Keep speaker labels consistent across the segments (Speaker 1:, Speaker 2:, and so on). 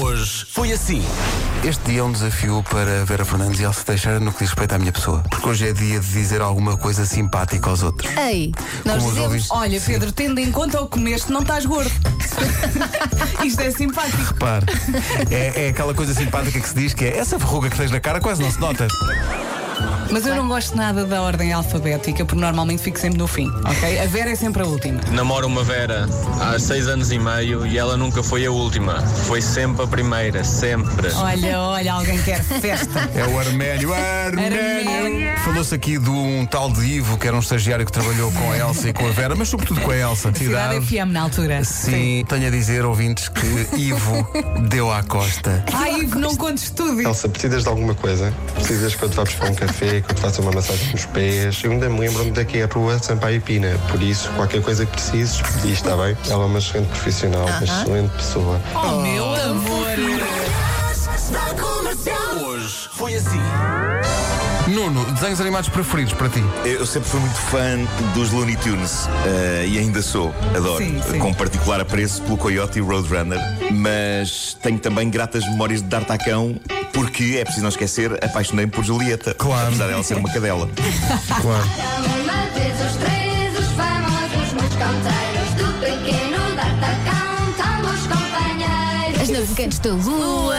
Speaker 1: Hoje foi assim.
Speaker 2: Este dia é um desafio para Vera Fernandes e Elsa Teixeira no que diz respeito à minha pessoa. Porque hoje é dia de dizer alguma coisa simpática aos outros.
Speaker 3: Ei, nós
Speaker 2: Como os ouvintes-
Speaker 3: dizemos, olha
Speaker 2: Sim.
Speaker 3: Pedro, tendo em conta o que comeste, não estás gordo. Isto é simpático.
Speaker 2: Repare, é, é aquela coisa simpática que se diz que é essa verruga que tens na cara quase não se nota.
Speaker 3: Mas eu não gosto nada da ordem alfabética, porque normalmente fico sempre no fim, ok? A Vera é sempre a última.
Speaker 4: Namoro uma Vera há seis anos e meio e ela nunca foi a última. Foi sempre a primeira, sempre.
Speaker 3: Olha, olha, alguém quer festa.
Speaker 2: É o Arménio. Arménio!
Speaker 3: Arménio.
Speaker 2: Falou-se aqui de um tal de Ivo, que era um estagiário que trabalhou com a Elsa e com a Vera, mas sobretudo com a Elsa.
Speaker 3: Cidade é FM na altura.
Speaker 2: Sim, tenho a dizer, ouvintes, que Ivo deu à costa.
Speaker 3: Ai, Ivo, não contes tudo.
Speaker 5: Elsa, precisas de alguma coisa? Precisas que eu te vá buscar um café, que eu te faça uma massagem nos pés? Eu ainda me lembro-me daqui à rua Sampaio Pina, por isso, qualquer coisa que precises, pedi, está bem? Ela é uma excelente profissional, uma excelente pessoa.
Speaker 3: Oh, meu amor.
Speaker 1: Hoje foi assim.
Speaker 2: Nuno, desenhos animados preferidos para ti?
Speaker 6: Eu sempre fui muito fã dos Looney Tunes eh, e ainda sou, adoro.
Speaker 3: Sim, sim.
Speaker 6: Com particular apreço pelo Coyote e Roadrunner, mas tenho também gratas memórias de D'Artacão, porque é preciso não esquecer, apaixonei-me por Julieta,
Speaker 2: Claro.
Speaker 6: apesar dela ser uma cadela.
Speaker 2: Claro.
Speaker 7: Amantes, os três, os famosos, nos canteiros do pequeno D'Artacão, estamos companheiros.
Speaker 8: As navegantes da lua.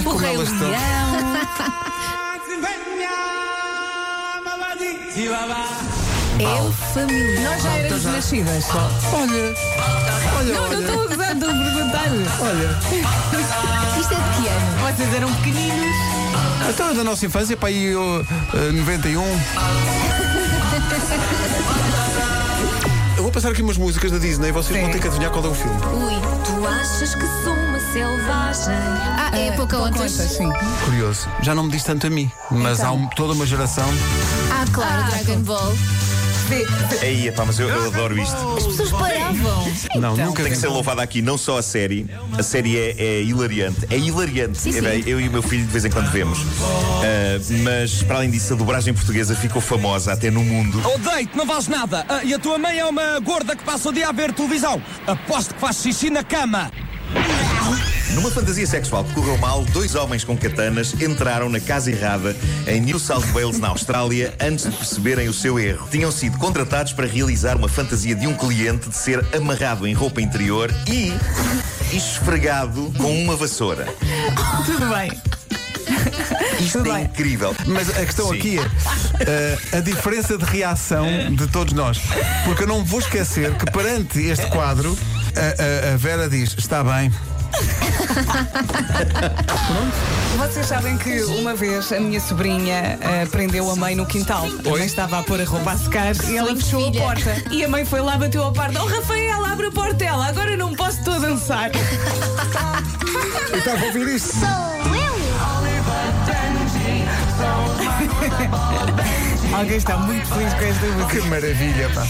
Speaker 3: O
Speaker 2: como
Speaker 3: Rei
Speaker 2: elas estão.
Speaker 3: Leão.
Speaker 8: É o família.
Speaker 3: Nós Então já éramos nascidas.
Speaker 2: Olha, olha,
Speaker 3: Não, não
Speaker 2: olha.
Speaker 3: estou usando, estou a perguntar-lhe.
Speaker 8: Isto é de que ano?
Speaker 3: Vocês eram pequeninos.
Speaker 2: Então, da nossa infância, para aí eu, eh, 91. Eu vou passar aqui umas músicas da Disney, vocês
Speaker 3: Sim.
Speaker 2: vão ter que adivinhar qual é o filme.
Speaker 8: Ui.
Speaker 9: Tu achas que sou uma selvagem?
Speaker 8: Ah, é
Speaker 3: Contas,
Speaker 8: Pocahontas.
Speaker 3: sim.
Speaker 2: Curioso, já não me diz tanto a mim, mas
Speaker 6: Então.
Speaker 2: há um- toda uma geração.
Speaker 8: Ah, claro, Dragon Ball.
Speaker 3: Vê.
Speaker 6: Aí, pá, mas eu, eu adoro isto.
Speaker 8: As pessoas paravam.
Speaker 2: não, nunca
Speaker 6: Então. Tem
Speaker 2: vi.
Speaker 6: que ser um louvada aqui não só a série, a série é, é hilariante. É hilariante.
Speaker 8: Sim,
Speaker 6: É bem,
Speaker 8: sim.
Speaker 6: Eu e o meu filho de vez em quando vemos. Ah, mas, para além disso, a dobragem portuguesa ficou famosa até no mundo.
Speaker 10: Odeio-te, não vales nada. Ah, e a tua mãe é uma gorda que passa o dia a ver televisão. Aposto que faz xixi na cama.
Speaker 6: Numa fantasia sexual que correu mal, dois homens com katanas entraram na casa errada em New South Wales, na Austrália, antes de perceberem o seu erro. Tinham sido contratados para realizar uma fantasia de um cliente de ser amarrado em roupa interior e esfregado com uma vassoura.
Speaker 3: Tudo bem.
Speaker 6: Isto
Speaker 3: Tudo
Speaker 6: é
Speaker 3: bem.
Speaker 6: incrível.
Speaker 2: Mas a questão
Speaker 6: Sim.
Speaker 2: aqui é eh, a diferença de reação de todos nós. Porque eu não vou esquecer que perante este quadro, a, a- a Vera diz: está bem.
Speaker 3: Vocês sabem que uma vez a minha sobrinha ah, prendeu a mãe no quintal. A mãe estava a pôr a roupa a secar e ela fechou
Speaker 8: filha.
Speaker 3: a porta. E a mãe foi lá, bateu a porta. Oh, Rafaela, abre a portela, agora eu não posso estou a dançar.
Speaker 2: Eu estava a ouvir isso.
Speaker 3: Alguém está muito feliz com esta música.
Speaker 2: Que maravilha, pá.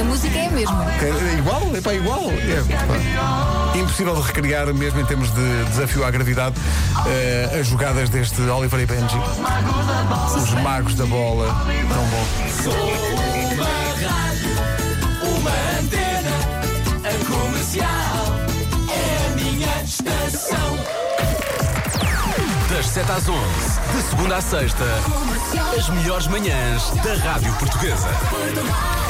Speaker 8: A música é a mesma.
Speaker 2: É igual, é pá, igual. É, pá. Impossível de recriar, mesmo em termos de desafio à gravidade, eh, as jogadas deste Oliver e Benji. Os magos da bola. Tão bom.
Speaker 1: Das 7 às 11, de segunda à sexta, as melhores manhãs da Rádio Portuguesa.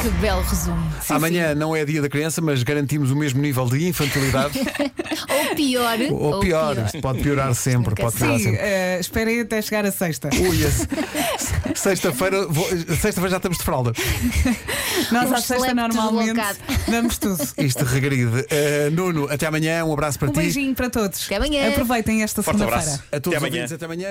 Speaker 8: Que belo resumo. Sim,
Speaker 2: Amanhã não é dia da criança, mas garantimos o mesmo nível de infantilidade.
Speaker 8: sim. Ou pior.
Speaker 2: Ou pior, isto pode piorar sempre. Pode piorar
Speaker 3: Sim,
Speaker 2: sempre.
Speaker 3: ah, esperei até chegar a sexta.
Speaker 2: Ui, a se- se- sexta-feira vou- sexta-feira já estamos de fralda.
Speaker 3: Nós
Speaker 8: Um
Speaker 3: à sexta
Speaker 8: selecto
Speaker 3: normalmente
Speaker 8: deslocado.
Speaker 3: damos tudo.
Speaker 2: Isto regride. Eh, Nuno, até amanhã, um abraço para
Speaker 3: Um
Speaker 2: ti.
Speaker 3: beijinho para todos.
Speaker 8: Até amanhã.
Speaker 3: Aproveitem esta
Speaker 6: Forte
Speaker 3: segunda-feira.
Speaker 6: abraço.
Speaker 2: A todos
Speaker 6: Até
Speaker 2: os
Speaker 6: amanhã.
Speaker 2: ouvintes, até amanhã.